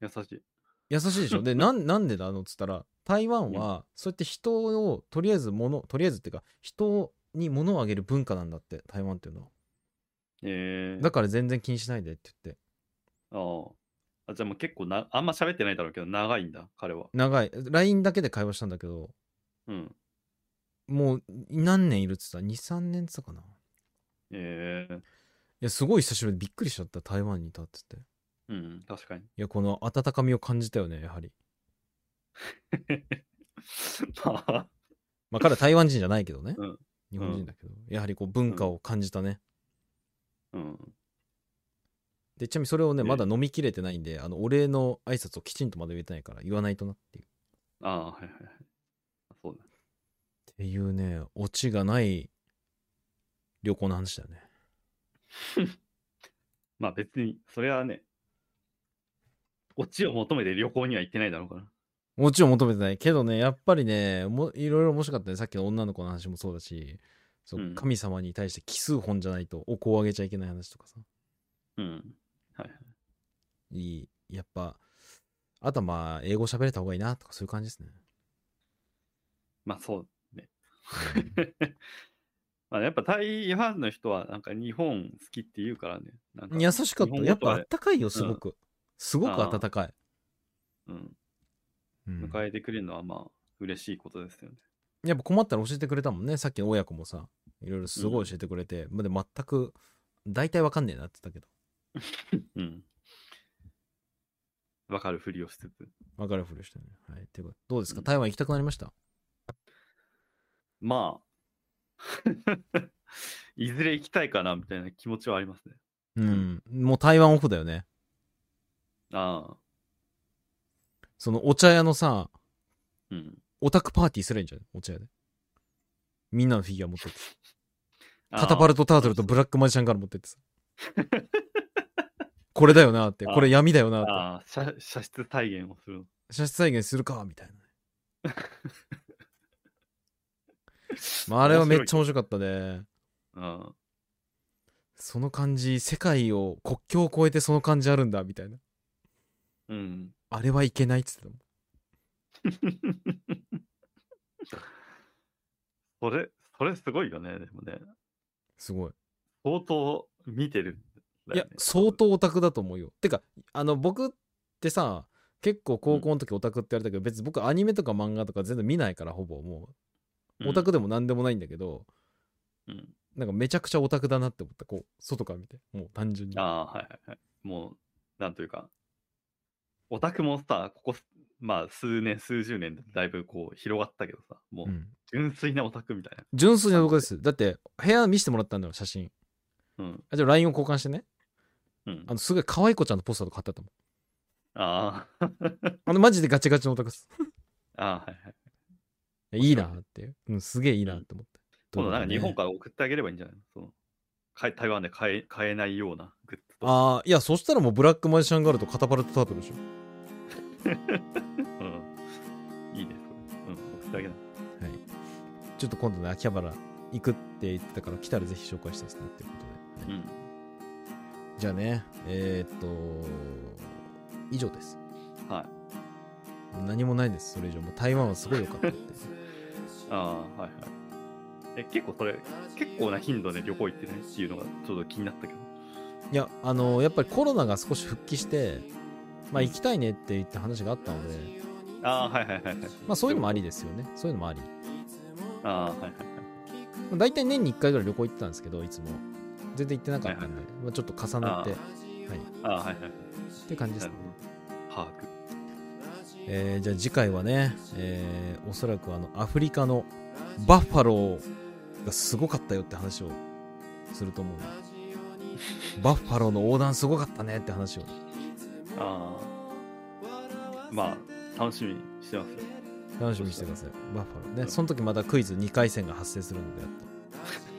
S2: 優しい。
S1: 優しい でしょでなんなんでだのっつったら台湾はそうやって人をとりあえず物とりあえずっていうか人に物をあげる文化なんだって台湾っていうのは
S2: ええ
S1: だから全然気にしないでって言って
S2: あああ。じゃあもう結構な、あんま喋ってないだろうけど、長いんだ、彼は。
S1: 長い LINE だけで会話したんだけど
S2: うん。
S1: もう何年いるっつった23年っつったかない
S2: ええ
S1: やすごい久しぶりでびっくりしちゃった台湾にいたっつって
S2: うん、確かに。
S1: いやこの温かみを感じたよねやはり
S2: まあ、
S1: まあ、彼は台湾人じゃないけどね。
S2: うん
S1: 日本人だけど、やはりこう文化を感じたね。
S2: うん。
S1: で、ちなみにそれをね、
S2: ええ
S1: まだ飲みきれてないんで、あの、お礼の挨拶をきちんとまだ言えてないから、言わないとなっていう。
S2: ああ、はいはいはい。そうだ。
S1: っていうね、オチがない旅行の話だよね。
S2: まあ別に、それはね、オチを求めて旅行には行ってないだろうから。
S1: もちろん求めてないけどね、やっぱりね、もいろいろ面白かったね。さっきの女の子の話もそうだし、そう
S2: うん
S1: 神様に対して奇数本じゃないとお香をあげちゃいけない話とかさ。
S2: うん。
S1: いい、やっぱ、あとはまあ、英語喋れた方がいいなとかそういう感じですね。
S2: まあそうね。 まあやっぱ台湾の人はなんか日本好きって言うからね。なんか
S1: 優しかった。
S2: 日本語
S1: やっぱ
S2: と
S1: あ
S2: か
S1: っ
S2: で
S1: たかいよ、すごく。すごくあったかい。
S2: うん、
S1: うん
S2: 迎えてくれるのはまあ嬉しいことですよね。
S1: やっぱ困ったら教えてくれたもんね。さっきの親子もさ、いろいろすごい教えてくれて、まあでも全く、大体わかんねえなって言ったけど。
S2: うん。わかるふりをしつつ。
S1: わかるふりしてね。はい。っていうことどうですか台湾行きたくなりました
S2: まあ、 いずれ行きたいかなみたいな気持ちはありますね。
S1: うん。もう台湾オフだよね。
S2: ああ、
S1: そのお茶屋のさ、
S2: うん。
S1: オタクパーティーすれんじゃん、お茶屋で。みんなのフィギュア持ってって。
S2: ああ
S1: カタパルトタートルとブラックマジシャンから持ってってさ。これだよな って、これ闇だよなって。
S2: ああ、射射出体現をする。
S1: 写真再現するか、みたいな。 まあ、あれはめっちゃ面白かったね。
S2: ああ
S1: その感じ、世界を、国境を越えてその感じあるんだ、みたいな。
S2: うん。
S1: あれはいけないっつってたもん。
S2: それ、それすごいよね、でもね。
S1: すごい。
S2: 相当見てるんだ
S1: いや
S2: よね、
S1: 相当オタクだと思うよ。てか、あの、僕ってさ、結構高校の時オタクって言われたけど、別に僕アニメとか漫画とか全然見ないから、ほぼもう、オタクでも何でもないんだけど、
S2: うんうん
S1: なんかめちゃくちゃオタクだなって思った、こう、外から見て、もう単純に。
S2: ああ、はいはいはい。もう、なんというか、オタクもさ、ここ、まあ、数年、数十年でだいぶこう、広がったけどさ、も
S1: う
S2: う、
S1: ん、
S2: 純粋なオタクみたい
S1: 純粋な僕です。だって、部屋見せてもらったんだよ、写真。
S2: な。うん。
S1: あじゃあ LINE を交換してね。
S2: うん
S1: あ。の、すごい可愛い子ちゃんのポスターとか貼ってあったもん。
S2: ああ、
S1: あの、マジでガチガチのオタクです。
S2: ああ、はいはい。
S1: いいなっていう。うん、すげえいいなって思って。
S2: 今度なんか日本
S1: か。
S2: から送ってあげればいいんじゃないのそのかい台湾で買え買えないようなグッズとか。
S1: ああ、いや、そしたらもうブラックマジシャンガールとカタパルトタートルでしょ。
S2: うん。いいね、それ。うん、送ってあげ
S1: は
S2: ない。
S1: い、ちょっと今度ね秋葉原行くって言ってたから来たらぜひ紹介したいですねっていうこと
S2: う
S1: で、はい
S2: ん。
S1: じゃあねえーっと以上です
S2: はい。
S1: 何もないですそれ以上もう台湾はすごい良かったって
S2: ああ、はいはい。え、結構それ、結構な頻度で旅行行ってないっていうのがちょっと気になったけど。
S1: いやあのやっぱりコロナが少し復帰してまあ行きたいねって言った話があったので
S2: ああ、はいはいはいはい。
S1: まあそういうのもありですよねそういうのもあり
S2: ああ、はいはい。
S1: まあ大体年に1回ぐらい旅行行ってたんですけどいつも全然行ってなかったんで、
S2: はい
S1: まあ、ちょっと重なってはい
S2: あ
S1: っ
S2: ああ、はいはい。
S1: ていう感じですね
S2: 把握。
S1: えーじゃあ次回はね、えーおそらくあのアフリカのバッファローがすごかったよって話をすると思うバッファローの横断すごかったねって話を
S2: ああ。まあ、楽しみにしてますよ。
S1: 楽しみにしてくださいバッファローねその時またクイズ2回戦が発生する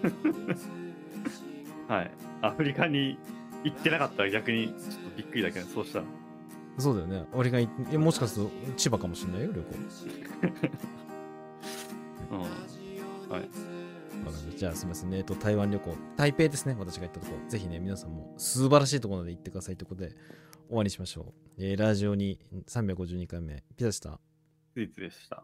S1: のでやっ
S2: はい。アフリカに行ってなかったら逆にちょっとびっくりだけど、そうしたら。
S1: とそうだよね俺がいいや もしかすると千葉かもしれないよ旅行
S2: うん。はい。
S1: わかりましたじゃあすみませんね、えっと、台湾旅行台北ですね私が行ったとこぜひね皆さんも素晴らしいところまで行ってくださいということで終わりにしましょう、えーラジオに352回目ピザした
S2: スイーツでした。